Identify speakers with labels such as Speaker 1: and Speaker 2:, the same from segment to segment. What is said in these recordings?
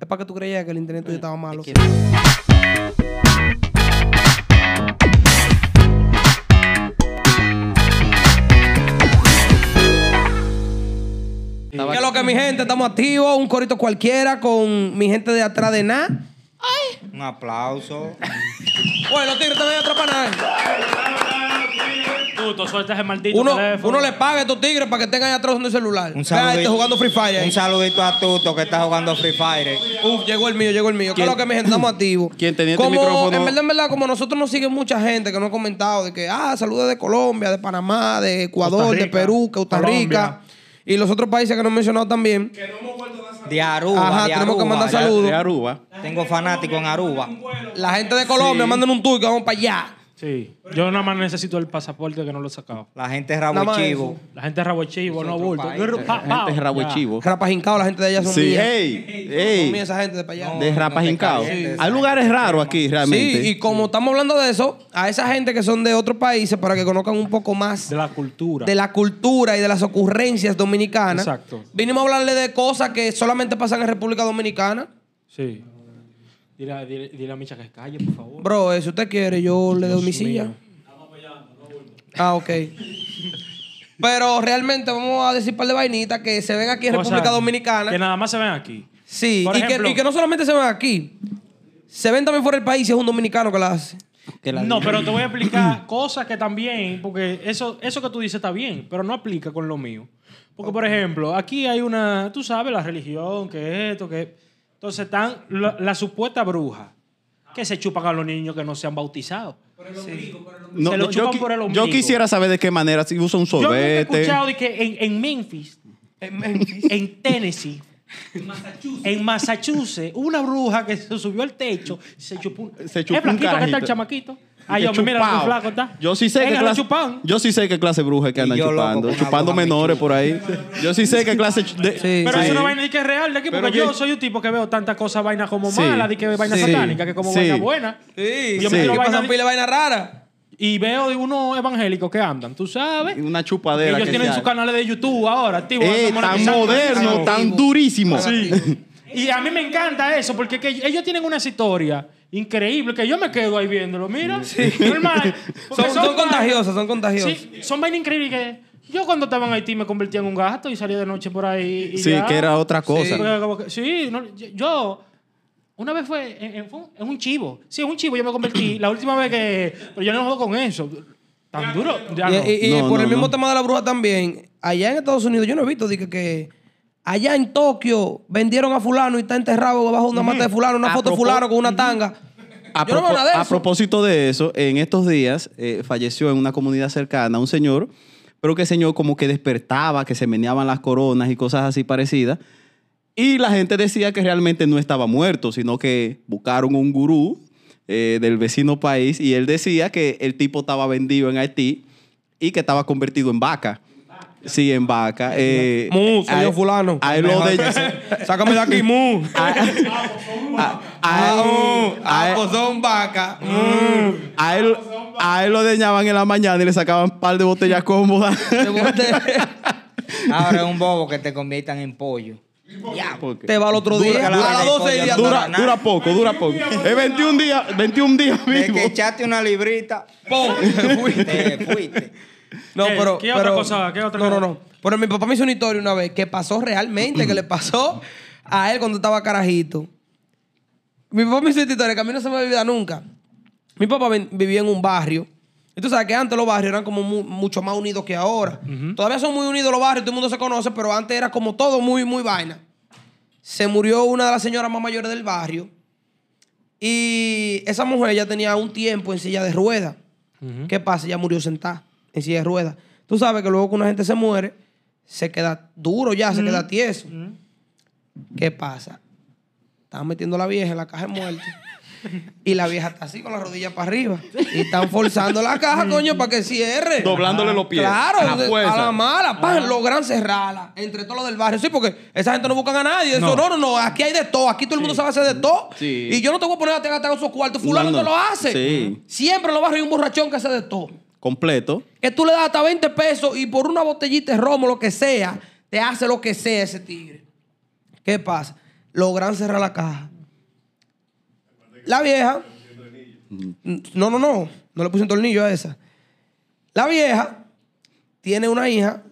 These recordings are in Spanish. Speaker 1: Es para que tú creías que el internet tuyo estaba malo.
Speaker 2: que-
Speaker 1: sí.
Speaker 2: Estaba-
Speaker 1: ¿Qué es lo que, mi gente? Estamos activos. Un corito cualquiera con mi gente de atrás de nada.
Speaker 3: Un aplauso.
Speaker 1: Bueno, tigre, también atrás para nada.
Speaker 4: Tú, tú sueltas el maldito
Speaker 1: Uno,
Speaker 4: teléfono.
Speaker 1: uno le paga a estos tigres para que tengan ahí atrás un celular.
Speaker 3: Un
Speaker 1: Vea, este
Speaker 3: saludito.
Speaker 1: jugando Free Fire. ahí.
Speaker 3: Un saludito a Tuto que está jugando Free Fire.
Speaker 1: Uf, llegó el mío, llegó el mío. ¿Qué es lo que mi gente estamos activos?
Speaker 2: ¿Quién tenía este
Speaker 1: como,
Speaker 2: micrófono?
Speaker 1: En verdad, en verdad, como nosotros nos siguen mucha gente que nos ha comentado de que, ah, saludos de Colombia, de Panamá, de Ecuador,
Speaker 4: Costa
Speaker 1: de
Speaker 4: Rica,
Speaker 1: Perú, Costa Rica
Speaker 4: Colombia.
Speaker 1: y los otros países que no he mencionado también.
Speaker 3: De Aruba.
Speaker 1: Ajá,
Speaker 3: de
Speaker 1: tenemos que
Speaker 3: Aruba.
Speaker 1: mandar
Speaker 3: Ya-
Speaker 1: saludos.
Speaker 2: De Aruba.
Speaker 3: Tengo fanático en Aruba.
Speaker 1: La gente de Colombia, manden un tour que vamos para allá.
Speaker 4: Sí. Yo nada más necesito el pasaporte que no lo he sacado.
Speaker 3: La gente
Speaker 1: Nada
Speaker 3: rabo
Speaker 1: más
Speaker 3: chivo.
Speaker 1: eso.
Speaker 4: La gente es rabo chivo, no bulto. Pa, pa.
Speaker 2: Gente es rabo
Speaker 4: Ya.
Speaker 2: chivo.
Speaker 1: Rapajincao, la gente de allá son
Speaker 2: Sí,
Speaker 1: mías.
Speaker 2: hey,
Speaker 1: Son
Speaker 2: hey.
Speaker 1: mías esa gente de para allá.
Speaker 2: De Rapajincao.
Speaker 3: calientes,
Speaker 2: Hay lugares raros aquí,
Speaker 1: Sí,
Speaker 2: realmente.
Speaker 1: y como estamos hablando de eso, a esa gente que son de otros países, para que conozcan un poco más
Speaker 4: De la cultura.
Speaker 1: de la cultura y de las ocurrencias dominicanas.
Speaker 4: Exacto.
Speaker 1: Vinimos a hablarle de cosas que solamente pasan en República Dominicana.
Speaker 4: Sí. Dile, a- dile- dile a Micha que se calle, por favor.
Speaker 1: Bro, eh, si usted quiere, yo le doy mi silla.
Speaker 4: mío.
Speaker 1: Ah, ok. Pero realmente vamos a decir un par de vainitas que se ven aquí en
Speaker 4: Cosas
Speaker 1: República Dominicana.
Speaker 4: Que nada más se ven aquí.
Speaker 1: sí,
Speaker 4: Por
Speaker 1: y, que,
Speaker 4: ejemplo-
Speaker 1: y que no solamente se ven aquí, se ven también fuera del país si es un dominicano que las hace.
Speaker 4: No, pero te voy a explicar cosas que también, porque eso, eso que tú dices está bien, pero no aplica con lo mío. Porque, por ejemplo, aquí hay una, tú sabes, la religión, que esto, que... Entonces están la, la supuesta bruja, que se chupan a los niños que no se han bautizado.
Speaker 2: No,
Speaker 4: se lo
Speaker 2: no, yo,
Speaker 4: chupan
Speaker 2: qui-
Speaker 4: por el ombligo.
Speaker 2: yo quisiera saber de qué manera, si usa un
Speaker 4: Yo nunca he
Speaker 2: sorbete.
Speaker 4: escuchado de que en, en Memphis, en Tennessee, en Massachusetts, una bruja que se subió al techo, se chupó un,
Speaker 2: Se chupó
Speaker 4: el flaquito
Speaker 2: un
Speaker 4: que está el
Speaker 2: carajito.
Speaker 4: chamaquito.
Speaker 2: Y
Speaker 4: Ay,
Speaker 2: que
Speaker 4: hombre, mira
Speaker 2: chupao.
Speaker 4: qué flaco está.
Speaker 2: Yo sí sé
Speaker 4: Venga,
Speaker 2: qué
Speaker 4: lo
Speaker 2: clase,
Speaker 4: chupan.
Speaker 2: yo sí sé qué clase de bruja es que
Speaker 3: Y
Speaker 2: andan
Speaker 3: yo loco
Speaker 2: chupando,
Speaker 3: con una
Speaker 2: chupando
Speaker 3: bruja me
Speaker 2: menores
Speaker 3: chupa.
Speaker 2: por ahí. Yo sí sé qué clase de,
Speaker 1: Sí,
Speaker 4: Pero
Speaker 1: sí.
Speaker 4: eso no vaina de que es real de aquí,
Speaker 2: Pero
Speaker 4: porque
Speaker 2: yo-
Speaker 4: yo soy un tipo que veo tantas cosas vainas como
Speaker 2: Sí.
Speaker 4: malas, de que vainas
Speaker 2: Sí.
Speaker 4: satánicas, que como
Speaker 2: Sí.
Speaker 4: vainas buenas.
Speaker 1: Sí, sí.
Speaker 4: Yo
Speaker 2: me quiero
Speaker 1: Que pasan
Speaker 4: bailar-
Speaker 1: pila de vaina rara.
Speaker 4: Y veo de unos evangélicos que andan, tú sabes.
Speaker 2: Una chupadera.
Speaker 4: Ellos
Speaker 2: que
Speaker 4: tienen
Speaker 2: sea.
Speaker 4: sus canales de YouTube ahora, activos.
Speaker 2: Eh,
Speaker 4: andan
Speaker 2: tan
Speaker 4: monetizando.
Speaker 2: moderno,
Speaker 1: activo.
Speaker 2: tan durísimo.
Speaker 4: Sí. Y a mí me encanta eso, porque que ellos tienen unas historias increíbles que yo me quedo ahí viéndolo. Mira, normal. Porque
Speaker 1: Son, son
Speaker 4: vainas-
Speaker 1: contagiosas, son contagiosas.
Speaker 4: Sí, son vainas increíbles que yo cuando estaba en Haití me convertía en un gato y salía de noche por ahí. y
Speaker 2: Sí,
Speaker 4: ya.
Speaker 2: que era otra cosa.
Speaker 4: Porque como que- Sí, no, yo- yo. Una vez fue en, en- fue un- en un chivo. Sí, en un chivo yo me convertí. la última vez que. Pero yo no juego con eso. Tan duro. ya
Speaker 1: Y,
Speaker 4: no.
Speaker 1: y- y
Speaker 2: No,
Speaker 1: por
Speaker 2: no,
Speaker 1: el mismo
Speaker 2: no.
Speaker 1: tema de la bruja también, allá en Estados Unidos, yo no he visto dije, que allá en Tokio vendieron a fulano y está enterrado debajo de una mata de fulano, una
Speaker 2: A
Speaker 1: foto de
Speaker 2: propós-
Speaker 1: fulano con una tanga.
Speaker 2: A,
Speaker 1: yo no veo
Speaker 2: propo-
Speaker 1: nada de
Speaker 2: a
Speaker 1: eso.
Speaker 2: propósito de eso, en estos días eh, falleció en una comunidad cercana un señor, pero que el señor como que despertaba, que se meneaban las coronas y cosas así parecidas. Y la gente decía que realmente no estaba muerto, sino que buscaron un gurú eh, del vecino país y él decía que el tipo estaba vendido en Haití y que estaba convertido en vaca. Sí, en vaca. Eh,
Speaker 1: Mu,
Speaker 2: a-
Speaker 1: señor fulano.
Speaker 2: a él lo de-
Speaker 1: Sácame de aquí, mu.
Speaker 3: Ah,
Speaker 2: a- a él-
Speaker 1: Ah,
Speaker 2: a él-
Speaker 1: ah, pues son vacas.
Speaker 2: A él, a él lo deñaban en la mañana y le sacaban un par de botellas cómodas.
Speaker 3: Mm. Ahora es un bobo que te conviertan en pollo.
Speaker 2: Porque
Speaker 1: Te va al otro
Speaker 3: Dura
Speaker 1: día.
Speaker 3: la
Speaker 1: a las
Speaker 3: vaina,
Speaker 1: 12 y
Speaker 3: coño,
Speaker 1: día
Speaker 2: dura,
Speaker 3: Nada.
Speaker 2: dura poco, dura poco. Es 21 días, 21 días
Speaker 3: De
Speaker 2: vivo.
Speaker 3: que echaste una librita, te fuiste.
Speaker 1: No,
Speaker 4: ¿Qué?
Speaker 1: pero.
Speaker 4: ¿Qué otra
Speaker 1: pero-
Speaker 4: cosa? ¿Qué otra
Speaker 1: No, no,
Speaker 4: cosa?
Speaker 1: no. Pero mi papá me hizo una historia una vez que pasó realmente, que le pasó a él cuando estaba carajito. Mi papá me hizo esta historia que a mí no se me olvida nunca. Mi papá ven- vivía en un barrio. Y tú sabes que antes los barrios eran como mu- mucho más unidos que ahora. Todavía son muy unidos los barrios, todo el mundo se conoce, pero antes era como todo muy, muy vaina. Se murió una de las señoras más mayores del barrio. Y esa mujer ya tenía un tiempo en silla de ruedas. ¿Qué pasa? Ya murió sentada en silla de ruedas. Tú sabes que luego que una gente se muere, se queda duro ya, se queda tieso. ¿Qué pasa? Están metiendo a la vieja en la caja de muerte. y la vieja está así con las rodillas para arriba. Y están forzando la caja, coño, para que cierre.
Speaker 2: Doblándole los pies.
Speaker 1: Claro,
Speaker 2: A la
Speaker 1: de-
Speaker 2: fuerza.
Speaker 1: a la mala, pan, logran cerrarla entre todos los del barrio. Sí, porque esa gente no buscan a nadie. Eso, no, no, no. Aquí hay de todo. Aquí todo el mundo sabe hacer de todo.
Speaker 2: Sí.
Speaker 1: Y yo no te voy a poner a gastar con esos cuartos. Fulano
Speaker 2: No, no.
Speaker 1: te lo hace.
Speaker 2: Sí.
Speaker 1: Siempre en los barrios hay un borrachón que hace de todo.
Speaker 2: Completo.
Speaker 1: Que tú le das hasta 20 pesos y por una botellita de romo, lo que sea, te hace lo que sea ese tigre. ¿Qué pasa? lograron cerrar la caja. La vieja. No, no, no. No le puse un tornillo a esa. La vieja tiene una hija,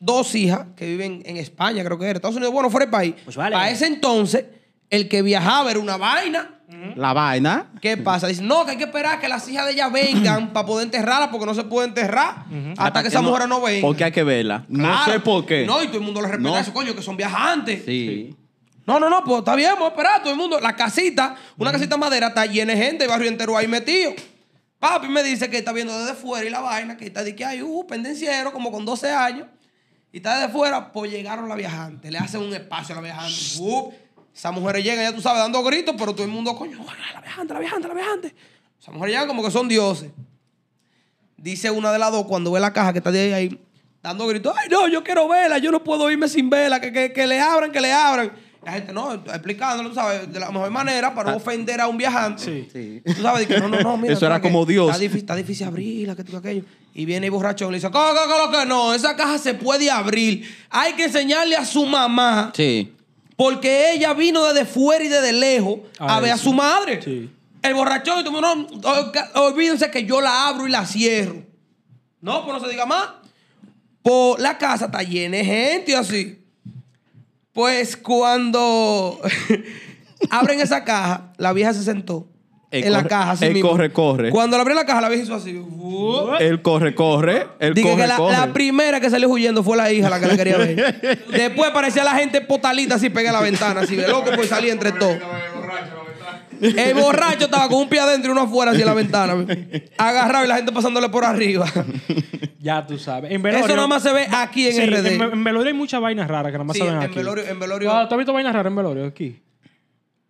Speaker 1: dos hijas que viven en España, creo que era. Estados Unidos, bueno, fuera del país.
Speaker 3: Pues vale.
Speaker 1: A ese entonces, el que viajaba era una vaina.
Speaker 2: La vaina.
Speaker 1: ¿Qué pasa? Dice, no, que hay que esperar que las hijas de ella vengan para poder enterrarla porque no se puede enterrar hasta, que esas mujeres no vengan.
Speaker 2: Porque hay que verla. No
Speaker 1: Claro.
Speaker 2: sé por qué.
Speaker 1: No, y todo el mundo le respeta
Speaker 2: No.
Speaker 1: eso, coño, que son viajantes.
Speaker 2: Sí.
Speaker 1: No, no, no, pues está bien, vamos a esperar todo el mundo. La casita, una casita de madera, está llena de gente, el barrio entero ahí metido. Papi me dice que está viendo desde fuera y la vaina, que está de que hay un pendenciero como con 12 años. Y está desde fuera, pues llegaron las viajantes. Le hacen un espacio a la viajante. Uh, esas mujeres llegan, ya tú sabes, dando gritos, pero todo el mundo, coño, "Ah, la viajante, la viajante, la viajante. Esas mujeres llegan como que son dioses. Dice una de las dos cuando ve la caja que está de ahí dando gritos, ay no, yo quiero vela, yo no puedo irme sin vela, que, que, que le abran, que le abran. La gente no, explicándolo, tú sabes, de la mejor manera para no ofender a un viajante.
Speaker 4: Sí.
Speaker 1: Tú sabes, de que no, no, no, mira.
Speaker 2: Eso era
Speaker 1: tú sabes
Speaker 2: como
Speaker 1: que
Speaker 2: Dios.
Speaker 1: Está difícil, está difícil abrirla, que tú que aquello. Y viene el borracho y le dice, ¿cómo, cómo, cómo que no? Esa caja se puede abrir. Hay que enseñarle a su mamá,
Speaker 2: Sí.
Speaker 1: porque ella vino desde fuera y desde lejos a,
Speaker 4: A
Speaker 1: ver a
Speaker 4: Ah, eso.
Speaker 1: su madre.
Speaker 4: Sí.
Speaker 1: El borrachón, y tú, no, olga- olvídense que yo la abro y la cierro. No, pues no se diga más. Pues la casa está llena de gente y así. Pues cuando abren esa caja, la vieja se sentó
Speaker 2: El
Speaker 1: en la
Speaker 2: Eh, corre-
Speaker 1: caja. Así
Speaker 2: el
Speaker 1: mismo.
Speaker 2: corre, corre.
Speaker 1: Cuando la abrió la caja, la vieja hizo así. ¡uh!
Speaker 2: Él corre, corre. Él
Speaker 1: Dije
Speaker 2: corre,
Speaker 1: que la,
Speaker 2: corre.
Speaker 1: la primera que salió huyendo fue la hija la que la quería ver. Después parecía la gente potalita así pegada a la ventana, así de loco por salir entre todos. El borracho estaba con un pie adentro y uno afuera así en la ventana. Agarrado y la gente pasándole por arriba.
Speaker 4: Ya tú sabes. En velorio,
Speaker 1: Eso nada más se ve aquí en
Speaker 4: Sí,
Speaker 1: RD.
Speaker 4: En, en velorio hay muchas vainas raras que nada más
Speaker 1: Sí,
Speaker 4: se ven
Speaker 1: en
Speaker 4: aquí.
Speaker 1: velorio- en velorio-
Speaker 4: Ah, ¿Tú has visto vainas raras en velorio aquí?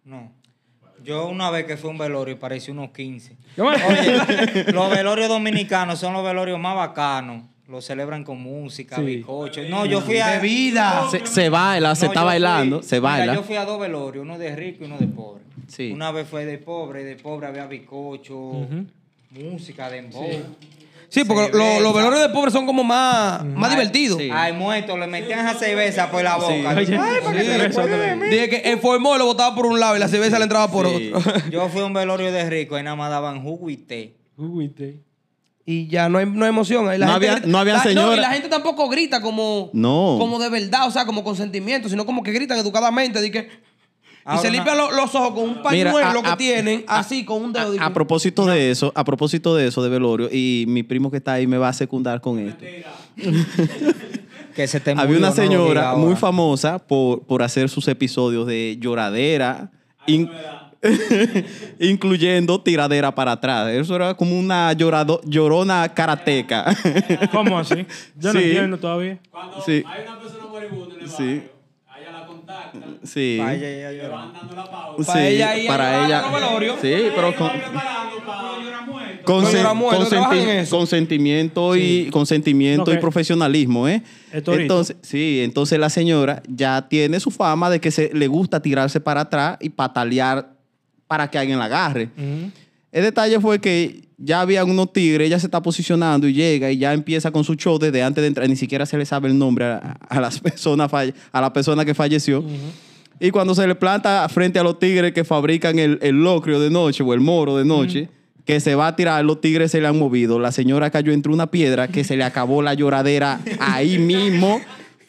Speaker 3: No. Yo una vez que fui a un velorio y parecí unos 15.
Speaker 4: Yo me-
Speaker 3: Oye, los velorios dominicanos son los velorios más bacanos. Los celebran con música,
Speaker 4: Sí.
Speaker 3: bizcocho. No, yo fui a...
Speaker 1: Bebida.
Speaker 2: Se, se baila,
Speaker 3: No,
Speaker 2: se está
Speaker 3: yo fui-
Speaker 2: bailando, se
Speaker 3: mira,
Speaker 2: baila.
Speaker 3: yo fui a dos velorios, uno de rico y uno de pobre.
Speaker 2: Sí.
Speaker 3: Una vez fue de pobre, y de pobre había bizcocho, música, dembow.
Speaker 1: Sí, porque lo-
Speaker 3: Cerveza.
Speaker 1: los velorios de pobres son como más,
Speaker 4: Mm.
Speaker 1: más divertidos.
Speaker 2: sí.
Speaker 3: Ay, muerto, le metían esa cerveza por la boca.
Speaker 4: Oye,
Speaker 3: Ay, para que se le
Speaker 4: eso
Speaker 3: pueda
Speaker 4: también.
Speaker 1: Dije que el formol lo botaba por un lado y la cerveza le entraba por
Speaker 2: Sí.
Speaker 1: otro.
Speaker 3: Yo fui a un velorio de rico y nada más daban jugo y té.
Speaker 4: Juguete.
Speaker 1: Y ya no hay, no hay emoción. Ahí la
Speaker 2: No
Speaker 1: gente
Speaker 2: había-
Speaker 1: grita-
Speaker 2: no habían
Speaker 1: la-
Speaker 2: señora.
Speaker 1: y la gente tampoco grita como,
Speaker 2: No.
Speaker 1: como de verdad, o sea, como con sentimiento, sino como que gritan educadamente. di que- y
Speaker 3: Ahora
Speaker 1: se
Speaker 3: una-
Speaker 1: limpian lo- los ojos con un
Speaker 2: Mira,
Speaker 1: pañuelo
Speaker 2: a-
Speaker 1: que
Speaker 2: a-
Speaker 1: tienen, así, con un dedo. di
Speaker 2: A,
Speaker 1: que-
Speaker 2: a propósito de eso, a propósito de eso de velorio, y mi primo que está ahí me va a secundar con esto.
Speaker 3: Que se te
Speaker 2: Había
Speaker 3: murió,
Speaker 2: una
Speaker 3: no lo diga
Speaker 2: señora
Speaker 3: ahora.
Speaker 2: muy famosa por, por hacer sus episodios de lloradera,
Speaker 5: Ah,
Speaker 2: in- incluyendo tiradera para atrás. Eso era como una llorado- llorona karateca.
Speaker 4: ¿Cómo así? Yo no
Speaker 2: Sí.
Speaker 4: entiendo todavía.
Speaker 5: Cuando
Speaker 2: Sí.
Speaker 5: hay una persona moribunda en el
Speaker 2: Sí.
Speaker 5: barrio, a ella la contactan,
Speaker 2: Sí.
Speaker 3: Vaya, ya, ya.
Speaker 5: le van dando la pauta.
Speaker 2: Sí,
Speaker 1: Para ella ir a
Speaker 2: para
Speaker 1: llorar
Speaker 2: ella.
Speaker 1: a los velorios.
Speaker 2: Sí, pero con,
Speaker 5: Preparando para llorar muerto.
Speaker 2: con
Speaker 1: No
Speaker 2: sen-
Speaker 1: llora muerto,
Speaker 2: con
Speaker 1: trabajan en
Speaker 2: senti-
Speaker 1: eso.
Speaker 2: consentimiento y consentimiento
Speaker 4: No,
Speaker 2: y
Speaker 4: que-
Speaker 2: profesionalismo, ¿eh?
Speaker 4: Es torito.
Speaker 2: Entonces, sí, entonces la señora ya tiene su fama de que se le gusta tirarse para atrás y patalear para que alguien la agarre. El detalle fue que ya había unos tigres, ella se está posicionando y llega y ya empieza con su show desde antes de entrar. Ni siquiera se le sabe el nombre a, a las personas falle- a la persona que falleció. Y cuando se le planta frente a los tigres que fabrican el, el locrio de noche o el moro de noche, que se va a tirar, los tigres se le han movido. La señora cayó entre una piedra que se le acabó la lloradera ahí mismo.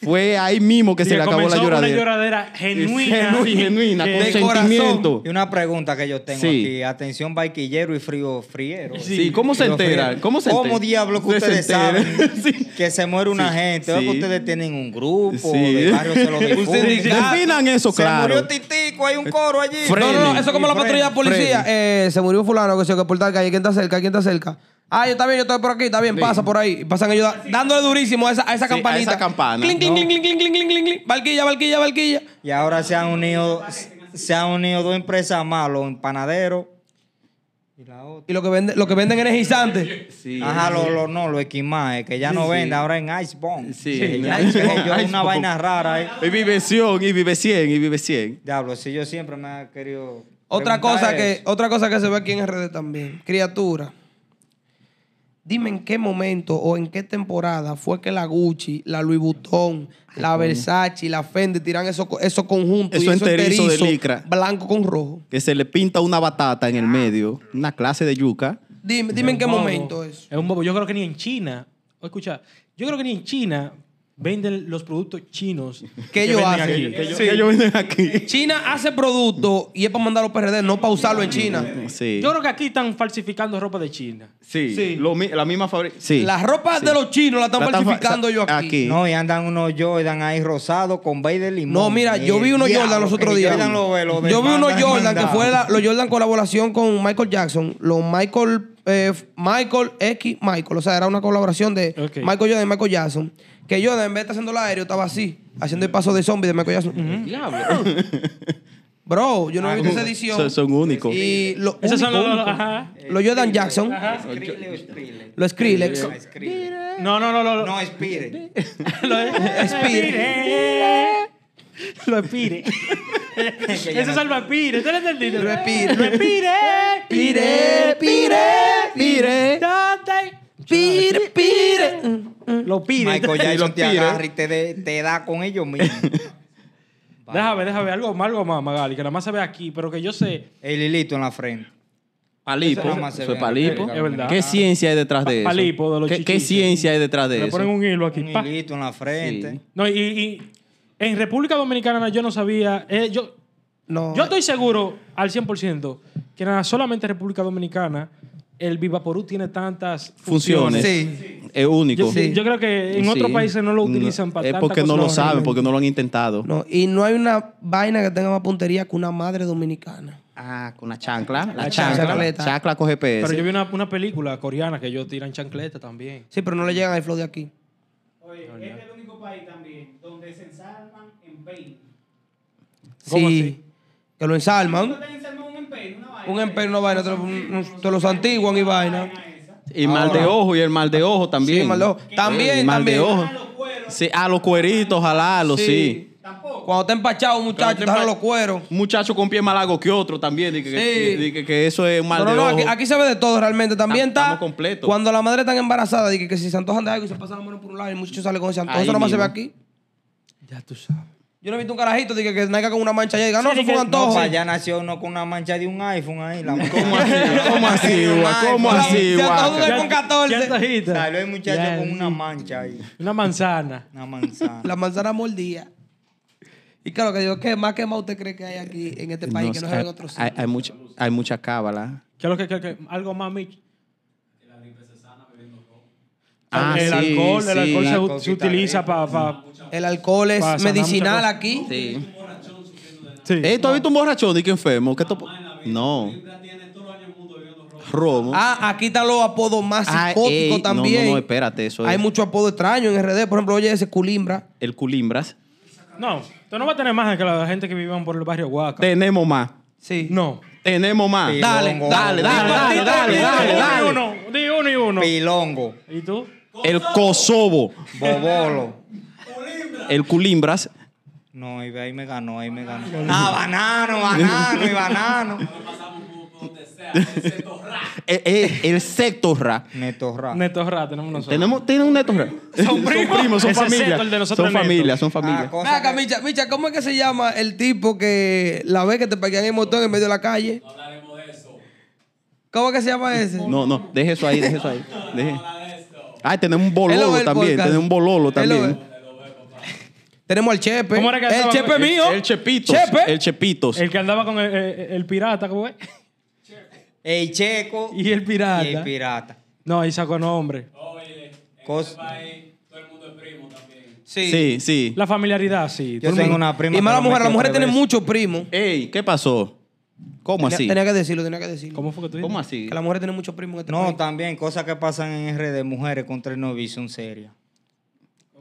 Speaker 2: Fue ahí mismo que se
Speaker 4: Dije,
Speaker 2: le acabó la
Speaker 4: comenzó
Speaker 2: lloradera.
Speaker 4: Una lloradera genuina.
Speaker 2: Genuina, genuina,
Speaker 4: Que-
Speaker 2: con
Speaker 1: De
Speaker 2: sentimiento.
Speaker 3: Y una pregunta que yo tengo
Speaker 2: Sí.
Speaker 3: aquí. Atención, vaquillero y frío friero.
Speaker 2: Sí, ¿cómo se
Speaker 3: Frío
Speaker 2: enteran?
Speaker 3: friero.
Speaker 2: ¿Cómo se enteran?
Speaker 3: diablo que
Speaker 2: Se
Speaker 3: ustedes
Speaker 2: enteran.
Speaker 3: saben
Speaker 2: Sí.
Speaker 3: que se muere una
Speaker 2: Sí,
Speaker 3: gente? ¿O es que
Speaker 2: sí.
Speaker 3: ustedes tienen un grupo,
Speaker 2: Sí. "Ah,
Speaker 3: de barrio se lo
Speaker 2: Un
Speaker 3: difunden.
Speaker 2: sindicato. Definan eso,
Speaker 3: se
Speaker 2: claro.
Speaker 3: murió Titico, hay un coro allí.
Speaker 2: Fre-
Speaker 1: No, no, no, eso es como la
Speaker 3: Freddy,
Speaker 1: patrulla de policía.
Speaker 2: Freddy.
Speaker 1: Eh, se murió fulano, que se que por tal calle, ¿quién está cerca? ¿Quién está cerca? Ah, yo está bien, yo estoy por aquí, está bien, pasa por ahí. Y Pasan ellos da- dándole durísimo a esa, a esa
Speaker 2: Sí, a
Speaker 1: campanita.
Speaker 2: esa campana.
Speaker 1: Cling, cling,
Speaker 3: No.
Speaker 1: cling, cling, cling, cling, cling, cling, cling. Barquilla, barquilla, barquilla.
Speaker 3: Y ahora se han unido, se han unido dos empresas más, los empanaderos y la otra.
Speaker 1: Y lo que, vende, lo que venden energizantes.
Speaker 2: Sí.
Speaker 3: Ajá, los lo, no, los esquimajes, que ya no venden, ahora en Icebomb.
Speaker 2: Sí, en
Speaker 3: en
Speaker 2: Icebomb,
Speaker 3: Yo una
Speaker 2: Icebomb.
Speaker 3: vaina rara. eh.
Speaker 2: Y vive 100, y vive 100, y vive 100.
Speaker 3: Diablo, si yo siempre me he querido.
Speaker 1: Otra
Speaker 3: preguntar
Speaker 1: cosa, que,
Speaker 3: eso.
Speaker 1: otra cosa que se ve aquí en RD también. Criatura. Dime en qué momento o en qué temporada fue que la Gucci, la Louis Vuitton, la Versace, la Fendi tiran esos co- esos conjuntos. y
Speaker 2: Eso enterizo de
Speaker 1: enterizo
Speaker 2: licra.
Speaker 1: Blanco con rojo.
Speaker 2: Que se le pinta una batata en el medio, una clase de yuca.
Speaker 1: Dime, dime en qué
Speaker 4: bobo.
Speaker 1: momento eso.
Speaker 4: Es un bobo. Yo creo que ni en China. o Escucha, yo creo que ni en China venden los productos chinos
Speaker 1: ¿Qué ellos
Speaker 4: venden
Speaker 1: hacen?
Speaker 4: aquí.
Speaker 2: Que ellos,
Speaker 1: Sí.
Speaker 2: que ellos vienen aquí.
Speaker 1: China hace producto y es para mandar a los PRD, no para usarlo en China.
Speaker 2: Sí.
Speaker 4: Yo creo que aquí están falsificando ropa de China.
Speaker 2: Sí.
Speaker 1: Sí.
Speaker 2: lo mi- la misma fábrica. Sí.
Speaker 1: Las ropas
Speaker 2: Sí.
Speaker 1: de los chinos la están
Speaker 2: La están fa-
Speaker 1: falsificando
Speaker 2: sa-
Speaker 1: yo aquí.
Speaker 2: aquí.
Speaker 3: No, y andan unos Jordan ahí rosados con bay de limón.
Speaker 1: No, mira, yo vi unos
Speaker 3: eh, Diablo,
Speaker 1: Jordan los
Speaker 3: que
Speaker 1: otros
Speaker 3: el
Speaker 1: días.
Speaker 3: Jordan lo- lo
Speaker 1: yo vi unos
Speaker 3: mandan-
Speaker 1: Jordan que
Speaker 3: mandan.
Speaker 1: fue la- los Jordan colaboración con Michael Jackson, los Michael eh, Michael X Michael, o sea, era una colaboración de
Speaker 4: Ok.
Speaker 1: Michael Jordan y Michael Jackson, que Jordan en vez de estar haciendo el aéreo estaba así, haciendo el paso de zombie de Michael Jackson. Bro, yo no he visto esa edición.
Speaker 2: Son, son únicos.
Speaker 1: Y lo
Speaker 4: Esos son
Speaker 1: único,
Speaker 4: los-
Speaker 1: único,
Speaker 4: ajá.
Speaker 1: los Jordan Jackson, los Skrillex,
Speaker 4: No, no, no, no.
Speaker 3: No, es Pire.
Speaker 4: Lo expire. Lo expire. Eso es alma pire. ¿Tú lo entendiste?
Speaker 1: Lo expire.
Speaker 4: Lo expire.
Speaker 1: Pire, pire, pire.
Speaker 4: ¿Dónde?
Speaker 1: Pire, Pire.
Speaker 4: Lo pire.
Speaker 3: Michael Jackson te
Speaker 2: Pire.
Speaker 3: agarra y te, de- te da con ellos mismos.
Speaker 4: Déjame, déjame. Algo más, algo más, Magali. Que nada más se ve aquí, pero que yo sé.
Speaker 3: El hilito en la frente.
Speaker 2: Palipo.
Speaker 3: Eso nada más se
Speaker 2: Eso
Speaker 3: ve
Speaker 2: es
Speaker 3: en
Speaker 2: palipo.
Speaker 4: República Dominicana.
Speaker 2: ¿Qué ciencia hay detrás de
Speaker 4: Pa-
Speaker 2: eso?
Speaker 4: palipo de los
Speaker 2: ¿Qué, qué
Speaker 4: chichitos.
Speaker 2: ciencia hay detrás de
Speaker 4: Le
Speaker 2: eso?
Speaker 4: ponen un hilo aquí.
Speaker 3: Un
Speaker 4: pa.
Speaker 3: hilito en la frente.
Speaker 2: Sí.
Speaker 4: No, y, y- en República Dominicana yo no sabía. eh, yo,
Speaker 1: No.
Speaker 4: yo estoy seguro al 100% que nada, solamente en República Dominicana el Vivaporú tiene tantas
Speaker 2: Funciones.
Speaker 4: funciones.
Speaker 1: Sí.
Speaker 2: Es único.
Speaker 4: Yo, yo creo que en
Speaker 2: Sí. Mm,
Speaker 4: otros países no lo utilizan para
Speaker 2: Es
Speaker 4: tantas
Speaker 2: porque no
Speaker 4: cosas.
Speaker 2: lo saben,
Speaker 1: realmente.
Speaker 2: porque no lo han intentado.
Speaker 1: No, y no hay una vaina que tenga más puntería que una madre dominicana.
Speaker 2: Ah, con la chancla. La,
Speaker 1: chancla.
Speaker 2: chancla.
Speaker 1: Chancleta.
Speaker 2: Chancla con GPS.
Speaker 4: Pero yo vi una, una película coreana que ellos tiran chancleta también.
Speaker 1: Sí, pero no le llegan al flow de aquí.
Speaker 5: Oye, este es el único país también donde se ensalman en peine.
Speaker 4: ¿Cómo
Speaker 1: sí.
Speaker 4: así?
Speaker 1: Que lo ensalman.
Speaker 5: ¿Ustedes ensalman un empeine? Una vaina.
Speaker 1: Un empeño, una vaina, te lo- un- te los antiguan y vaina.
Speaker 5: esa.
Speaker 2: Y mal de
Speaker 4: Ah.
Speaker 3: Ahora.
Speaker 2: ojo, y el mal de ojo también.
Speaker 1: Sí, mal de ojo. También,
Speaker 2: mal de
Speaker 1: también.
Speaker 2: ojo.
Speaker 5: Ah, los cueros.
Speaker 2: Sí, ah, los cueritos, jalarlos, sí.
Speaker 5: Tampoco.
Speaker 1: Cuando está empachado, muchachos,
Speaker 2: Cuando
Speaker 1: te
Speaker 2: está
Speaker 1: jalan los
Speaker 2: empa-
Speaker 1: cueros.
Speaker 2: Un muchacho con pie más largo que otro también. di que-
Speaker 1: Sí.
Speaker 2: di que, que eso es un mal
Speaker 1: No, no,
Speaker 2: de
Speaker 1: no,
Speaker 2: ojo.
Speaker 1: aquí, aquí se ve de todo realmente. También
Speaker 2: Estamos
Speaker 1: está.
Speaker 2: completos.
Speaker 1: Cuando la madre está embarazada, dice que, que si se antojan de algo y se pasan la mano por un lado y el muchacho sale con ese antojo,
Speaker 2: Ahí
Speaker 1: eso nomás se ve
Speaker 2: mismo.
Speaker 1: aquí.
Speaker 4: Ya tú sabes.
Speaker 1: Yo no he visto un carajito, dije que naiga con una mancha allá y diga, no,
Speaker 4: Sí,
Speaker 1: eso fue un
Speaker 4: que-
Speaker 1: antojo.
Speaker 3: No, allá nació uno con una mancha de un iPhone ahí. La
Speaker 2: ¿Cómo así? ¿Cómo así, gua? ¿Cómo
Speaker 1: Ya-
Speaker 2: así,
Speaker 1: ya
Speaker 2: gua?
Speaker 1: todo- iPhone 14.
Speaker 3: Salió el muchacho con una mancha ahí.
Speaker 4: Una manzana.
Speaker 3: Una manzana.
Speaker 1: La manzana mordida. Y claro que digo, ¿qué más que más usted cree que hay aquí en este país que no se ve en
Speaker 2: hay-
Speaker 1: otros
Speaker 2: hay, hay, mucha, hay mucha cábala.
Speaker 4: ¿Qué es lo que, que- que- algo más, Mitch?
Speaker 2: Ah,
Speaker 4: el
Speaker 2: sí,
Speaker 4: alcohol, el
Speaker 2: sí.
Speaker 4: alcohol se-
Speaker 3: Alcohol
Speaker 4: se,
Speaker 3: sí está
Speaker 4: utiliza para...
Speaker 1: El alcohol es
Speaker 4: Pasa, da
Speaker 1: medicinal
Speaker 4: mucha
Speaker 1: aquí.
Speaker 2: Sí.
Speaker 4: sí.
Speaker 2: Eh, ¿Tú has visto un borrachón de que enfermo?
Speaker 4: Ah,
Speaker 2: ¿Qué tú- No. Robo.
Speaker 1: Ah, aquí están los apodos más
Speaker 2: Ah,
Speaker 1: psicóticos
Speaker 2: ey, no,
Speaker 1: también.
Speaker 2: no, no, espérate, eso
Speaker 1: Hay
Speaker 2: es-
Speaker 1: mucho apodo extraño en RD. Por ejemplo, oye ese culimbra.
Speaker 2: El culimbras.
Speaker 4: No, tú no vas a tener más que la gente que vivan por el barrio Huaca.
Speaker 2: Tenemos más.
Speaker 1: Sí.
Speaker 4: No.
Speaker 2: Tenemos más.
Speaker 3: Sí.
Speaker 1: Dale,
Speaker 3: Longo.
Speaker 1: dale, dale, dale, dale, dale,
Speaker 4: Di
Speaker 1: dale.
Speaker 4: uno, di uno y uno.
Speaker 3: Pilongo.
Speaker 4: ¿Y tú?
Speaker 2: El Kosovo.
Speaker 3: Bobolo.
Speaker 2: El culimbras.
Speaker 3: No, ahí, ahí me ganó, ahí me ganó. Ah, banano, banano y banano.
Speaker 2: El, el, Eh, el sectorra.
Speaker 3: Neto Ra.
Speaker 4: Neto Ra, tenemos nosotros.
Speaker 2: Tenemos, tienen un netorra. Son
Speaker 4: primos.
Speaker 2: son
Speaker 4: Ese
Speaker 2: familia.
Speaker 4: sector el de nosotros
Speaker 2: Son
Speaker 4: es
Speaker 2: familia,
Speaker 4: neto.
Speaker 2: son familia.
Speaker 3: Ah, cosa
Speaker 1: Mira acá,
Speaker 3: que-
Speaker 1: Micha, Micha, ¿cómo es que se llama el tipo que la ve que te parquean el motor en medio de la calle?
Speaker 5: Hablaremos de eso.
Speaker 1: ¿Cómo es que se llama ese?
Speaker 2: No, no, deje eso ahí, deje eso ahí. Deje. Ah, tenemos un
Speaker 1: Él lo ve
Speaker 2: bololo
Speaker 1: el
Speaker 2: también.
Speaker 1: podcast.
Speaker 2: Tenemos un bololo
Speaker 1: Él lo
Speaker 2: también.
Speaker 1: ve. Tenemos al Chepe.
Speaker 4: ¿Cómo era que
Speaker 1: el
Speaker 4: estaba-
Speaker 1: Chepe
Speaker 4: el-
Speaker 1: mío.
Speaker 2: El Chepitos.
Speaker 1: Chepe.
Speaker 2: El Chepitos.
Speaker 4: El que andaba con el, el- el pirata, ¿cómo es?
Speaker 3: El checo
Speaker 4: Y el pirata.
Speaker 3: y el pirata.
Speaker 4: No, ahí sacó nombre.
Speaker 5: Oye, en
Speaker 3: Cos-
Speaker 5: este país todo el mundo es primo también.
Speaker 1: Sí.
Speaker 2: Sí, sí.
Speaker 4: La familiaridad, sí.
Speaker 3: Yo tengo una prima.
Speaker 1: y más
Speaker 3: que
Speaker 1: la
Speaker 3: lo
Speaker 1: mujer, la
Speaker 3: metió
Speaker 1: mujer
Speaker 3: tres
Speaker 1: tiene
Speaker 3: veces.
Speaker 1: muchos primos.
Speaker 2: Ey, ¿qué pasó? ¿Cómo
Speaker 1: Tenía,
Speaker 2: así?
Speaker 1: tenía que decirlo, tenía que decirlo.
Speaker 4: ¿Cómo fue que tú dijiste?
Speaker 2: ¿Cómo así?
Speaker 1: Que la mujer tiene muchos primos en este
Speaker 3: No,
Speaker 1: país.
Speaker 3: también cosas que pasan en RD, mujeres con tres novios y son serias.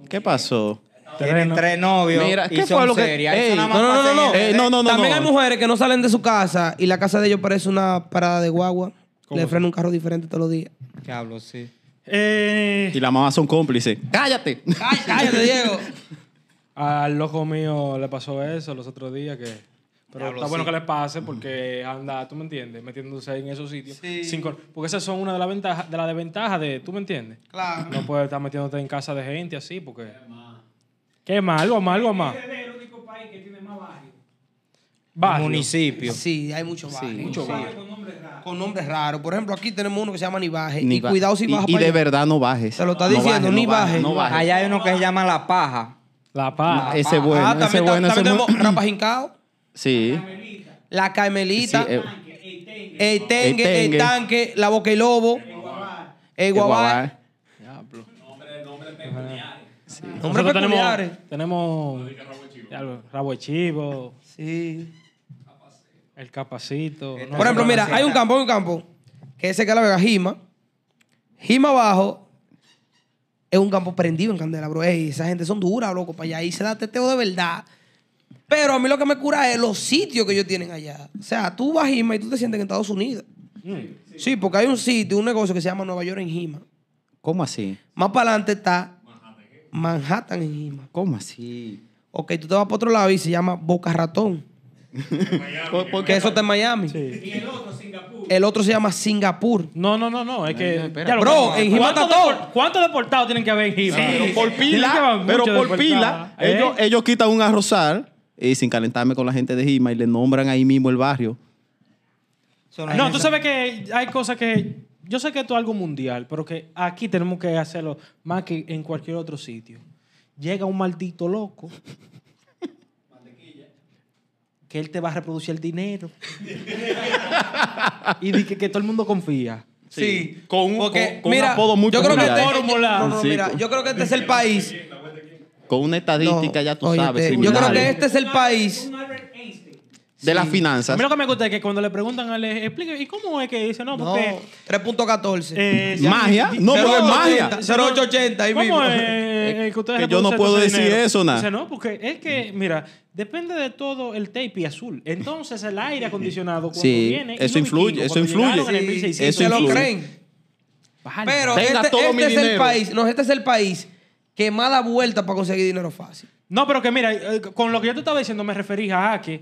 Speaker 2: ¿Qué pasó?
Speaker 3: Tienen tres novios
Speaker 2: Mira,
Speaker 3: y
Speaker 2: ¿qué fue
Speaker 3: son
Speaker 2: lo que-
Speaker 3: serias. Eso
Speaker 2: Ey,
Speaker 3: nada más
Speaker 1: No, no, no,
Speaker 3: pasa
Speaker 1: no.
Speaker 3: en
Speaker 2: Eh,
Speaker 3: RD.
Speaker 2: no, no, no,
Speaker 1: También
Speaker 2: no.
Speaker 1: hay mujeres que no salen de su casa y la casa de ellos parece una parada de guagua. Le frena un carro diferente todos los días.
Speaker 3: Diablo, sí.
Speaker 4: Eh,
Speaker 2: Y la mamá son cómplices. ¡Cállate!
Speaker 1: Cállate, Diego.
Speaker 4: al loco mío le pasó eso los otros días que... Pero está bueno que les pase porque anda, tú me entiendes, metiéndose ahí en esos sitios. sin con- porque esas son una de las ventajas, de las desventajas de, tú me entiendes.
Speaker 1: Claro.
Speaker 4: No puedes estar metiéndote en casa de gente así porque... ¿Qué más? ¿Algo más? ¿Algo más?
Speaker 5: Este es el único país que tiene más barrios.
Speaker 4: Barrio.
Speaker 3: municipio.
Speaker 1: Sí, hay muchos barrios.
Speaker 2: mucho
Speaker 1: barrio. Con nombres raros. Por ejemplo, aquí tenemos uno que se llama Nibaje.
Speaker 2: Ni
Speaker 1: y
Speaker 2: ba-
Speaker 1: cuidado si
Speaker 2: y-
Speaker 1: baja
Speaker 2: Y,
Speaker 1: para
Speaker 2: de
Speaker 1: allá.
Speaker 2: verdad no bajes.
Speaker 1: Te lo está
Speaker 2: No
Speaker 1: diciendo,
Speaker 2: bajes,
Speaker 1: ni
Speaker 2: no bajes,
Speaker 1: bajes.
Speaker 2: No bajes.
Speaker 3: Allá hay uno que se llama La Paja.
Speaker 4: La paz.
Speaker 2: Ah, Ese es bueno,
Speaker 1: Ah,
Speaker 2: ese es
Speaker 1: también,
Speaker 2: bueno, ese
Speaker 1: también
Speaker 2: es bueno.
Speaker 1: tenemos Rapa Jincao,
Speaker 2: Sí.
Speaker 1: La Carmelita,
Speaker 2: Sí, eh.
Speaker 1: El Tengue,
Speaker 2: El
Speaker 1: El
Speaker 2: Tengue.
Speaker 1: Tanque, La Boca y Lobo,
Speaker 2: eh,
Speaker 1: El Guabá.
Speaker 2: Guabá.
Speaker 1: Nombres
Speaker 4: Nosotros
Speaker 1: peculiares.
Speaker 4: tenemos, tenemos ya lo- rabo de chivo,
Speaker 1: Sí.
Speaker 4: el capacito. no,
Speaker 1: Por ejemplo,
Speaker 4: no,
Speaker 1: mira,
Speaker 4: no,
Speaker 1: hay un campo, hay un campo, que ese que es la Vega Jima. Jima abajo es un campo prendido en Candela, bro. Ey, esa gente son duras, loco, para allá. Ahí se da teteo de verdad. Pero a mí lo que me cura es los sitios que ellos tienen allá. O sea, tú vas a Jima y tú te sientes en Estados Unidos. Sí, porque hay un sitio, un negocio que se llama Nueva York en Jima.
Speaker 2: ¿Cómo así?
Speaker 1: Más para adelante está Manhattan en Jima.
Speaker 2: ¿Cómo así?
Speaker 1: Ok, tú te vas para otro lado y se llama Boca Ratón.
Speaker 2: ¿Por- por
Speaker 1: Porque
Speaker 2: qué?
Speaker 1: eso está en Miami.
Speaker 4: Sí.
Speaker 1: El otro se llama Singapur.
Speaker 4: No, no, no, no, es que...
Speaker 2: espera.
Speaker 4: ya lo-
Speaker 1: Bro, en Jima está
Speaker 4: ¿cuántos
Speaker 1: todo.
Speaker 4: depor- ¿Cuántos deportados tienen que haber en Jima?
Speaker 2: Pero por
Speaker 4: Tienen que
Speaker 2: pila,
Speaker 4: haber
Speaker 2: pero
Speaker 4: muchos
Speaker 2: por
Speaker 4: deportados,
Speaker 2: pila, ellos,
Speaker 4: ¿eh?
Speaker 2: ellos quitan un arrozal y sin calentarme con la gente de Gima y le nombran ahí mismo el barrio.
Speaker 3: Eso es
Speaker 4: No, tú
Speaker 3: necesario.
Speaker 4: sabes que hay cosas que... Yo sé que esto es algo mundial, pero que aquí tenemos que hacerlo más que en cualquier otro sitio. Llega un maldito loco. Que él te va a reproducir el dinero. y di que, que todo el mundo confía.
Speaker 1: Sí,
Speaker 2: con un-
Speaker 1: Porque,
Speaker 2: con- con un
Speaker 1: mira,
Speaker 2: apodo muy
Speaker 1: yo creo que
Speaker 2: peculiar.
Speaker 1: este-
Speaker 4: Fórmula.
Speaker 1: no, no,
Speaker 2: Sí.
Speaker 1: mira, yo creo que este es el país.
Speaker 2: Con una estadística,
Speaker 1: No,
Speaker 2: ya tú
Speaker 1: oye,
Speaker 2: sabes,
Speaker 1: este, yo creo que
Speaker 2: criminales,
Speaker 1: este es el país.
Speaker 5: Un Albert Einstein.
Speaker 2: de las
Speaker 4: A
Speaker 2: finanzas.
Speaker 4: mí lo que me gusta es que cuando le preguntan a él, explique, ¿y cómo es que dice? No,
Speaker 1: No,
Speaker 4: porque...
Speaker 1: 3.14.
Speaker 4: eh, se-
Speaker 2: Magia,
Speaker 4: di-
Speaker 2: no,
Speaker 1: cero
Speaker 2: porque es
Speaker 1: ochenta.
Speaker 2: magia.
Speaker 1: Cero 0880 ahí mismo.
Speaker 4: ¿Cómo es el que ustedes
Speaker 2: Que yo no
Speaker 4: reproducen
Speaker 2: puedo
Speaker 4: todo ese
Speaker 2: decir
Speaker 4: dinero?
Speaker 2: eso, nada.
Speaker 4: Dice, no, porque es que, mira, depende de todo el tape y azul. Entonces el aire acondicionado cuando
Speaker 2: Sí,
Speaker 4: viene... y
Speaker 2: eso
Speaker 4: los
Speaker 2: influye,
Speaker 4: vikingos
Speaker 2: eso
Speaker 4: cuando llegaron
Speaker 2: influye.
Speaker 4: en el
Speaker 2: Sí,
Speaker 4: 1600,
Speaker 2: eso
Speaker 1: se lo
Speaker 2: influye.
Speaker 1: creen.
Speaker 4: Vale.
Speaker 1: Pero
Speaker 2: Tenga
Speaker 1: este,
Speaker 2: todo
Speaker 1: este
Speaker 2: mi
Speaker 1: es el
Speaker 2: dinero.
Speaker 1: país, no, este es el país que más da vuelta para conseguir dinero fácil.
Speaker 4: No, pero que mira, eh, con lo que yo te estaba diciendo me referí a que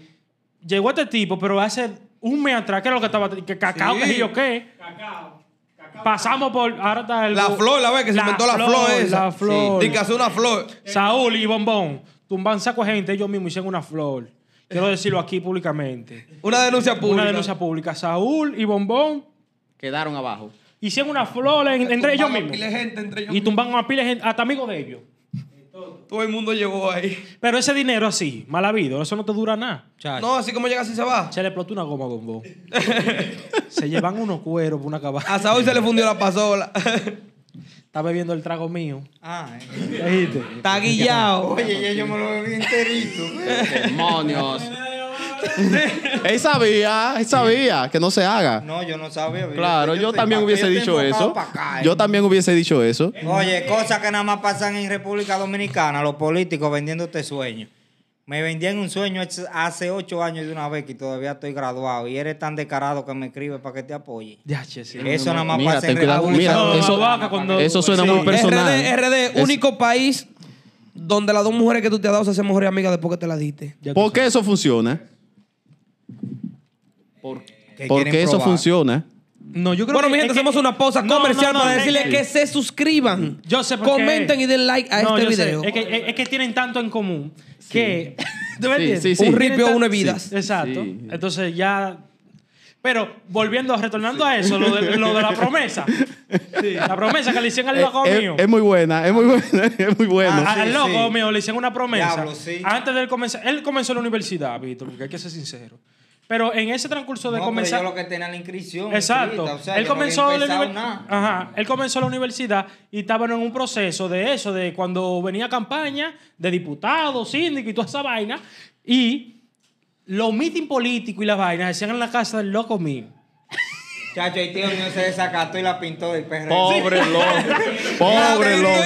Speaker 4: llegó este tipo, pero hace un mes atrás, que es lo que estaba... Que cacao,
Speaker 1: Sí.
Speaker 4: que yo qué...
Speaker 5: Cacao. Cacao.
Speaker 4: Pasamos por... Ahora está el...
Speaker 1: La flor, la vez que se inventó la flor esa.
Speaker 4: La flor.
Speaker 1: Dice que hace una flor.
Speaker 4: Eh, Saúl y Bombón tumban saco de gente, ellos mismos hicieron una flor. Quiero decirlo aquí públicamente.
Speaker 1: Una denuncia pública.
Speaker 4: Una denuncia Eh. pública. Saúl y Bombón
Speaker 2: Quedaron abajo.
Speaker 4: hicieron una flor en- entre ellos
Speaker 1: Tumbaron
Speaker 4: mismos.
Speaker 1: pila de gente entre ellos
Speaker 4: Y tumban a pila Eh, de gente, hasta amigos de ellos.
Speaker 1: mismos. Todo el mundo llegó ahí.
Speaker 4: Pero ese dinero así, mal habido, eso no te dura nada.
Speaker 3: Chacho.
Speaker 1: No, así como llega, así se va.
Speaker 4: Se le explotó una goma a Bombón. se llevan unos cueros por una cabaña.
Speaker 1: A Saúl se le fundió la pasola.
Speaker 4: Está bebiendo el trago mío.
Speaker 3: Ah, eh.
Speaker 4: ¿Oíste?
Speaker 1: Está guillado.
Speaker 3: Oye, ya yo me lo bebí enterito.
Speaker 2: Demonios. él sabía, él sabía que no se haga.
Speaker 3: No, yo no sabía.
Speaker 2: Claro, yo
Speaker 3: estoy-
Speaker 2: también
Speaker 3: pa-
Speaker 2: hubiese
Speaker 3: estoy
Speaker 2: dicho
Speaker 3: enfocado
Speaker 2: eso.
Speaker 3: pa' acá, eh.
Speaker 2: Yo también hubiese dicho eso.
Speaker 3: Oye, cosas que nada más pasan en República Dominicana, los políticos vendiéndote sueños. Me vendían un sueño hace- hace ocho años de una vez y todavía estoy graduado. Y eres tan descarado que me escribes para que te apoye.
Speaker 4: Ya, che, sí.
Speaker 3: Eso nada más
Speaker 2: Mira,
Speaker 3: pasa
Speaker 2: ten
Speaker 3: en
Speaker 2: cuidado.
Speaker 3: República
Speaker 2: Mira,
Speaker 4: No,
Speaker 2: eso,
Speaker 4: vaca cuando-
Speaker 2: eso suena
Speaker 4: Sí.
Speaker 2: muy personal.
Speaker 1: RD, RD,
Speaker 2: Es-
Speaker 1: único país donde las dos mujeres que tú te has dado se hacen mejores amigas después que te las diste.
Speaker 4: Ya tú
Speaker 2: ¿Por qué eso funciona? ¿Por,
Speaker 3: Que
Speaker 2: por
Speaker 3: quieren
Speaker 2: qué eso
Speaker 3: probar.
Speaker 2: funciona?
Speaker 4: No, yo creo
Speaker 1: Bueno,
Speaker 4: que-
Speaker 1: mi
Speaker 4: es
Speaker 1: gente,
Speaker 4: que-
Speaker 1: hacemos una pausa
Speaker 4: No, no,
Speaker 1: comercial
Speaker 4: no,
Speaker 1: para
Speaker 4: es
Speaker 1: decirles que se suscriban.
Speaker 4: Yo sé por qué.
Speaker 1: Comenten y den like a
Speaker 4: No,
Speaker 1: este
Speaker 4: yo sé.
Speaker 1: video.
Speaker 4: Es que, es, es que tienen tanto en común que. ¿Tú me
Speaker 2: Sí,
Speaker 4: entiendes?
Speaker 2: sí, sí.
Speaker 1: Un ripio,
Speaker 4: Tienen tan-
Speaker 1: una vida.
Speaker 4: Sí, Exacto.
Speaker 2: Sí.
Speaker 4: Entonces ya. Pero volviendo, retornando a eso, lo de, lo de la promesa. La promesa que le hicieron al
Speaker 2: Es,
Speaker 4: loco
Speaker 2: es-
Speaker 4: mío.
Speaker 2: Eh, es muy buena, es muy buena, es muy buena.
Speaker 4: A- al
Speaker 3: sí,
Speaker 4: loco
Speaker 3: sí.
Speaker 4: mío le hicieron una promesa.
Speaker 3: Diablo, sí.
Speaker 4: Antes de él comenzar. Él comenzó la universidad, Víctor, porque hay que ser sincero. Pero en ese transcurso de
Speaker 3: No, pero
Speaker 4: comenzar.
Speaker 3: yo lo que tenía la inscripción.
Speaker 4: Exacto.
Speaker 3: escrita, o sea,
Speaker 4: él
Speaker 3: yo no había
Speaker 4: comenzó la
Speaker 3: empezado
Speaker 4: univer-
Speaker 3: nada.
Speaker 4: Ajá. Él comenzó la universidad y estaban en un proceso de eso, de cuando venía campaña de diputados, síndicos y toda esa vaina. Y los meetings políticos y las vainas hacían en la casa del loco mío.
Speaker 3: Chacho, el tío mío se desacató y la pintó del PRD.
Speaker 2: Pobre loco, pobre loco.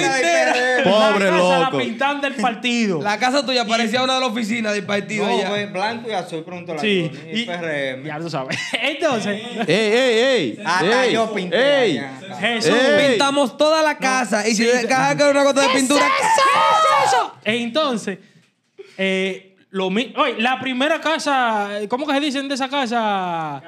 Speaker 2: Pobre
Speaker 4: la casa
Speaker 2: loco.
Speaker 4: La pintan del partido.
Speaker 1: La casa tuya parecía una de las oficinas del partido.
Speaker 3: No,
Speaker 1: allá.
Speaker 3: fue blanco y azul, preguntó la
Speaker 4: sí.
Speaker 3: Connie,
Speaker 4: Y,
Speaker 3: Y PRM.
Speaker 4: ya tú sabes. Entonces,
Speaker 2: ¡Ey, ey, ey!
Speaker 3: Hasta
Speaker 2: ey,
Speaker 3: Ah, yo pinté.
Speaker 2: ey.
Speaker 3: allá.
Speaker 4: Jesús.
Speaker 2: Ey.
Speaker 1: Pintamos toda la casa y si cada que una gota de pintura.
Speaker 4: E entonces, eh, Lo mi- Oye, la primera casa, ¿cómo que se dicen de esa casa?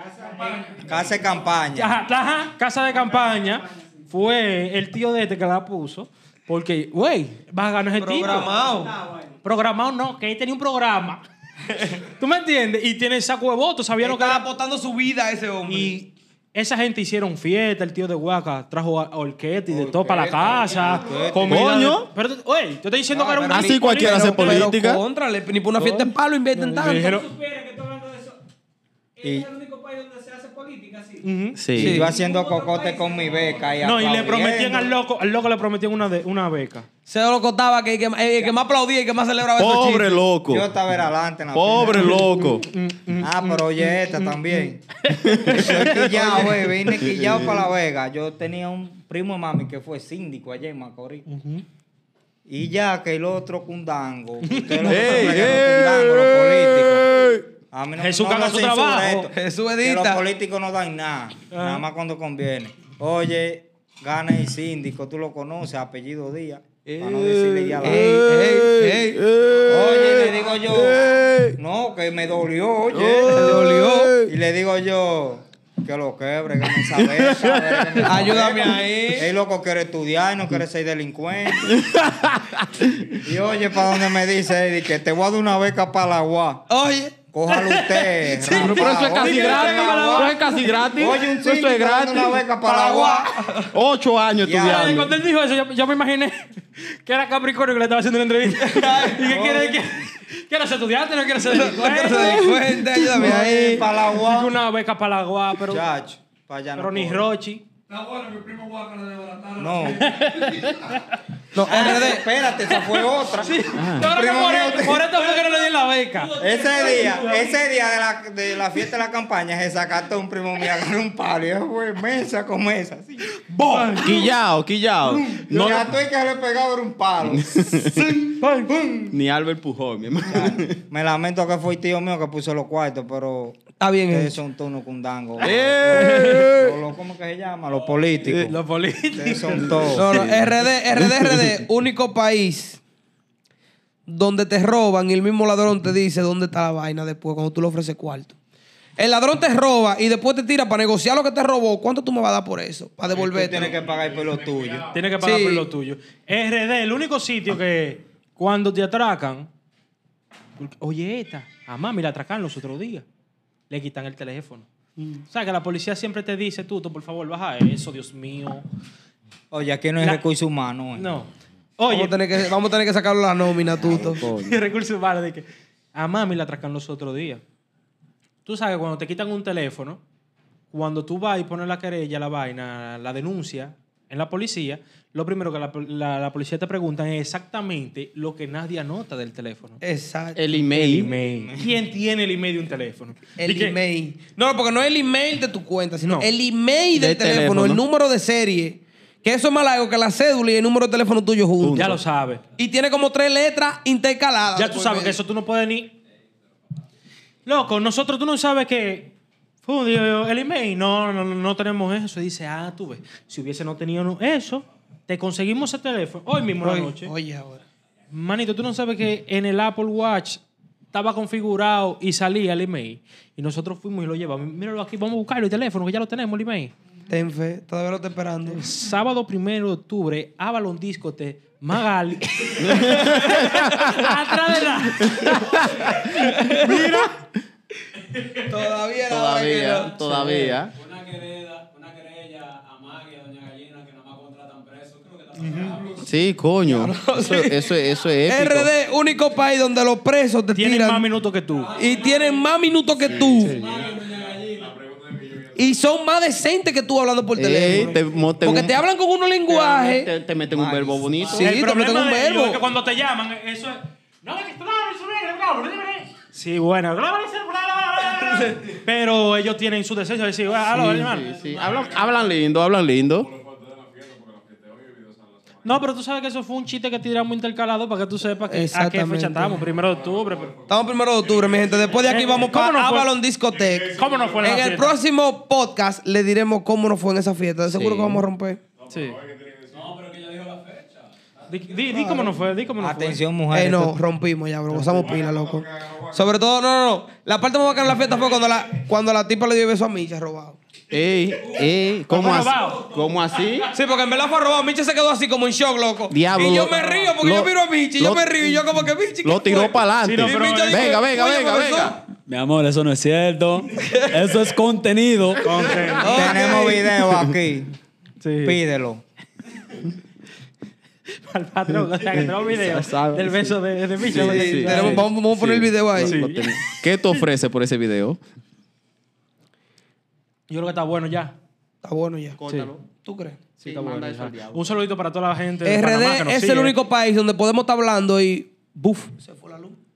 Speaker 3: Casa de campaña.
Speaker 4: Ajá, ajá, casa de campaña. Fue el tío de este que la puso. Porque, güey, vas a ganar ese tipo.
Speaker 1: Programado.
Speaker 4: Programado no, que ahí tenía un programa. ¿Tú me entiendes? Y tiene el saco de votos, sabía lo que
Speaker 1: Estaba
Speaker 4: era.
Speaker 1: apostando su vida a ese hombre.
Speaker 4: Y esa gente hicieron fiesta, el tío de Huaca trajo a- orquesta y de todo para la casa. comida
Speaker 2: Coño.
Speaker 4: de- Pero, oye, yo estoy diciendo que era un
Speaker 2: Así cualquiera hace política.
Speaker 1: contrale, ni por una fiesta en palo inventen tanto.
Speaker 4: Dijeron-
Speaker 5: supiera que estoy hablando de eso. Este es el único país donde se hace política, sí.
Speaker 2: Sí.
Speaker 3: Y
Speaker 1: Sí.
Speaker 3: yo haciendo cocote con mi beca. Y
Speaker 4: No, y le
Speaker 3: aplaudiendo.
Speaker 4: prometían al loco, al loco le prometían una, de- una beca.
Speaker 1: Se lo contaba que el que, el que más aplaudía y el que más celebraba esos
Speaker 2: Pobre
Speaker 1: chistes.
Speaker 2: loco.
Speaker 3: Yo estaba era adelante en la
Speaker 2: Pobre loco.
Speaker 3: fila. Ah, pero oye, esta también. Estoy quillado, güey. Vine quillado para La Vega. Yo tenía un primo de mami que fue síndico allá en Macorís. Y ya que el otro cundango. Ustedes los que
Speaker 2: Ey,
Speaker 3: se fregan los cundangos, los políticos.
Speaker 2: ey.
Speaker 3: A mí no,
Speaker 4: Jesús,
Speaker 3: no
Speaker 4: que haga
Speaker 3: lo
Speaker 4: su
Speaker 3: censure
Speaker 4: trabajo. Ah.
Speaker 3: esto,
Speaker 1: Jesús,
Speaker 3: Que los
Speaker 1: edita.
Speaker 3: políticos no dan nada. Nada más cuando conviene. Oye, gana el síndico. Tú lo conoces, apellido Díaz. Para
Speaker 1: Eh.
Speaker 3: no decirle ya la
Speaker 1: Ey, ey, ey.
Speaker 3: Oye, le digo yo.
Speaker 2: Ey.
Speaker 3: No, que me dolió, oye.
Speaker 1: Eh.
Speaker 2: Ey.
Speaker 3: Y le digo yo. Que lo quebre, que me sabe.
Speaker 1: Ayúdame ahí.
Speaker 3: El loco quiere estudiar y no quiere ser delincuente. y oye, para donde me dice, él, que te voy a dar una beca para la UA.
Speaker 1: Oye,
Speaker 3: Cójalo usted.
Speaker 1: Sí, pero
Speaker 3: rapao.
Speaker 1: eso es casi
Speaker 3: Oye,
Speaker 1: gratis,
Speaker 3: usted,
Speaker 1: para la
Speaker 2: Eso es casi gratis.
Speaker 3: Oye, un
Speaker 2: Eso
Speaker 3: chico
Speaker 2: es
Speaker 3: dando una
Speaker 2: gratis.
Speaker 3: beca para agua.
Speaker 2: Ocho años
Speaker 3: Ya.
Speaker 4: Ay,
Speaker 2: estudiando.
Speaker 4: Cuando él dijo eso, yo, yo me imaginé que era Capricornio que le estaba haciendo la entrevista. y que quiere que. ¿Quieres ser estudiante? ¿No quieres ser
Speaker 1: se
Speaker 4: delincuente?
Speaker 1: delincuente, ayúdame
Speaker 3: Oye,
Speaker 1: ahí.
Speaker 3: para la
Speaker 4: Digo,
Speaker 3: agua.
Speaker 4: una beca para la guá, pero,
Speaker 3: Chacho, para allá
Speaker 4: pero ni
Speaker 3: puedo.
Speaker 4: Rochi.
Speaker 3: No.
Speaker 1: No,
Speaker 3: Ah,
Speaker 1: RD.
Speaker 3: espérate, esa fue otra.
Speaker 4: Yo creo que
Speaker 3: Primo
Speaker 4: por,
Speaker 3: mío,
Speaker 4: esto-
Speaker 3: te-
Speaker 4: por esto fue que no le di la beca.
Speaker 3: Ese día, ese día de la, de la fiesta de la campaña, se sacató un primo mío, agarró un palo y eso fue mesa con mesa. así.
Speaker 2: Quillao, quillao.
Speaker 3: Lo
Speaker 2: No,
Speaker 3: que a tú y que le pegaba era un palo.
Speaker 2: ni Albert Pujol, mi hermano.
Speaker 3: Me lamento que fue el tío mío que puso los cuartos, pero
Speaker 1: Está bien.
Speaker 3: ustedes
Speaker 1: eh.
Speaker 3: son tonos cundango.
Speaker 2: ¡Eh!
Speaker 3: Los- ¿Cómo que se llama? Los políticos.
Speaker 4: Los políticos.
Speaker 3: Ustedes son todos.
Speaker 1: No, no, RD, RD, RD, único país donde te roban y el mismo ladrón te dice dónde está la vaina después cuando tú le ofreces cuarto. El ladrón te roba y después te tira para negociar lo que te robó. ¿Cuánto tú me vas a dar por eso? Para
Speaker 3: Tú tienes
Speaker 1: devolverte.
Speaker 3: que pagar por lo tuyo.
Speaker 4: Tienes que pagar
Speaker 1: Sí.
Speaker 4: por lo tuyo. RD, el único sitio que cuando te atracan, porque, oye, esta, a mami la atracan los otros días, le quitan el teléfono. O sea, que la policía siempre te dice, tú, tú, por favor, baja eso, Dios mío.
Speaker 3: Oye, aquí no hay
Speaker 4: La-
Speaker 3: recursos humanos. eh.
Speaker 4: No.
Speaker 1: Vamos
Speaker 4: Oye,
Speaker 1: a tener que, vamos a tener que sacarlo la nómina, Tuto.
Speaker 4: y recursos humanos de que a mami la atracan los otros días. Tú sabes, cuando te quitan un teléfono, cuando tú vas y pones la querella, la vaina, la denuncia en la policía, lo primero que la, la- la policía te pregunta es exactamente lo que nadie anota del teléfono.
Speaker 1: Exacto.
Speaker 2: El email.
Speaker 4: Email. ¿Quién tiene el email de un teléfono? Y
Speaker 1: El
Speaker 4: que-
Speaker 1: email. No, porque no es el email de tu cuenta, sino
Speaker 4: No.
Speaker 1: el email del
Speaker 2: Del
Speaker 1: teléfono,
Speaker 2: teléfono.
Speaker 1: el número de serie. Que eso es más largo que la cédula y el número de teléfono tuyo juntos.
Speaker 4: Ya lo sabes.
Speaker 1: Y tiene como tres letras intercaladas.
Speaker 4: Ya tú
Speaker 1: por
Speaker 4: sabes
Speaker 1: medio.
Speaker 4: que eso tú no puedes ni. Loco, nosotros tú no sabes que. Fu, digo yo, El email, no, no, no, no tenemos eso. Y dice, ah, tú ves, si hubiese no tenido no- eso, te conseguimos ese teléfono hoy mismo en la
Speaker 1: Oye,
Speaker 4: noche.
Speaker 1: Oye, ahora.
Speaker 4: Manito, tú no sabes que en el Apple Watch estaba configurado y salía el email. Y nosotros fuimos y lo llevamos. Míralo aquí, vamos a buscarlo, el teléfono, que ya lo tenemos, el email.
Speaker 1: Ten fe, todavía lo estoy esperando.
Speaker 4: Sábado primero de octubre, Avalon Discote, Magali. Atrás de la.
Speaker 1: Todavía,
Speaker 2: Todavía, todavía.
Speaker 5: Una querella, una querella a Maggie, a Doña Gallina, que nada más contratan presos. Creo que está pasando.
Speaker 2: Sí, coño. Eso, eso, eso es épico.
Speaker 1: RD, único país donde los presos te
Speaker 4: Tienen
Speaker 1: tiran.
Speaker 4: más minutos que tú.
Speaker 1: y tienen más minutos que tú. Y son más decentes que tú hablando por
Speaker 2: Ey,
Speaker 1: teléfono.
Speaker 2: te monten
Speaker 1: Porque
Speaker 2: un-
Speaker 1: te hablan con unos lenguajes.
Speaker 2: Te, te meten un verbo bonito.
Speaker 1: Sí.
Speaker 4: el
Speaker 1: pero
Speaker 4: problema
Speaker 1: tengo un
Speaker 4: de ellos
Speaker 1: verbo.
Speaker 4: es que cuando te llaman, eso es. No, que tú no hablas, eso es, claro, no dime". Sí, bueno. Pero ellos tienen su deseo de decir, "Bueno, aló, hermano".
Speaker 2: Sí, sí. Hablan, hablan lindo, hablan lindo.
Speaker 4: No, pero tú sabes que eso fue un chiste que tiramos intercalado para que tú sepas que, a qué
Speaker 1: Exactamente.
Speaker 4: fecha estamos, primero de octubre. pero-
Speaker 1: Estamos primero de octubre, mi gente. Después de aquí
Speaker 4: Eh,
Speaker 1: vamos
Speaker 4: ¿cómo
Speaker 1: para
Speaker 4: no fue?
Speaker 1: Avalon Discotech.
Speaker 4: ¿Cómo no fue la
Speaker 1: En el
Speaker 4: fiesta?
Speaker 1: próximo podcast le diremos cómo nos fue en esa fiesta. De seguro
Speaker 2: Sí.
Speaker 1: que vamos a romper.
Speaker 2: Sí.
Speaker 4: Di, di- di cómo no fue, di cómo no
Speaker 3: Atención,
Speaker 1: Eh,
Speaker 3: mujeres.
Speaker 1: no,
Speaker 3: esto-
Speaker 1: rompimos ya, bro. Gozamos pila, loco. Sobre todo, no, no, no. La parte más bacana de la fiesta fue cuando la, cuando la tipa le dio beso a Micha robado.
Speaker 2: Ey, ey, ¿cómo
Speaker 4: Fue
Speaker 2: así?
Speaker 4: robado.
Speaker 2: ¿Cómo así?
Speaker 1: Sí, porque en verdad fue robado. Micha se quedó así como en shock, loco.
Speaker 2: Diablo,
Speaker 1: Y yo
Speaker 2: lo-
Speaker 1: me río porque
Speaker 2: lo-
Speaker 1: yo miro a Micha y yo
Speaker 2: lo-
Speaker 1: me río y yo como que Micha.
Speaker 2: Lo tiró para
Speaker 4: Sí, no,
Speaker 2: adelante.
Speaker 4: pero-
Speaker 1: Venga,
Speaker 2: Venga, venga, venga, venga.
Speaker 6: Mi amor, eso no es cierto. Eso es contenido.
Speaker 4: fue. Ok.
Speaker 1: Ah,
Speaker 3: Tenemos video aquí.
Speaker 4: Sí.
Speaker 3: Pídelo.
Speaker 4: Al patrón, o sea, que tenemos video
Speaker 2: sabe,
Speaker 4: del
Speaker 2: sí.
Speaker 4: beso de, de Micha.
Speaker 2: Sí,
Speaker 4: porque-
Speaker 2: sí.
Speaker 1: Tenemos- vamos- vamos a poner el video ahí.
Speaker 2: Lo- lo tenía. ¿Qué te ofrece por ese video?
Speaker 4: Yo creo que está bueno ya.
Speaker 1: Está bueno ya.
Speaker 4: Córtalo.
Speaker 1: ¿Tú crees?
Speaker 4: Sí, está bueno. ya. Un saludito para toda la gente. de Panamá que
Speaker 1: RD
Speaker 4: nos
Speaker 1: es
Speaker 4: sigue.
Speaker 1: el único país donde podemos estar hablando y. ¡Buf! Se fue la luz.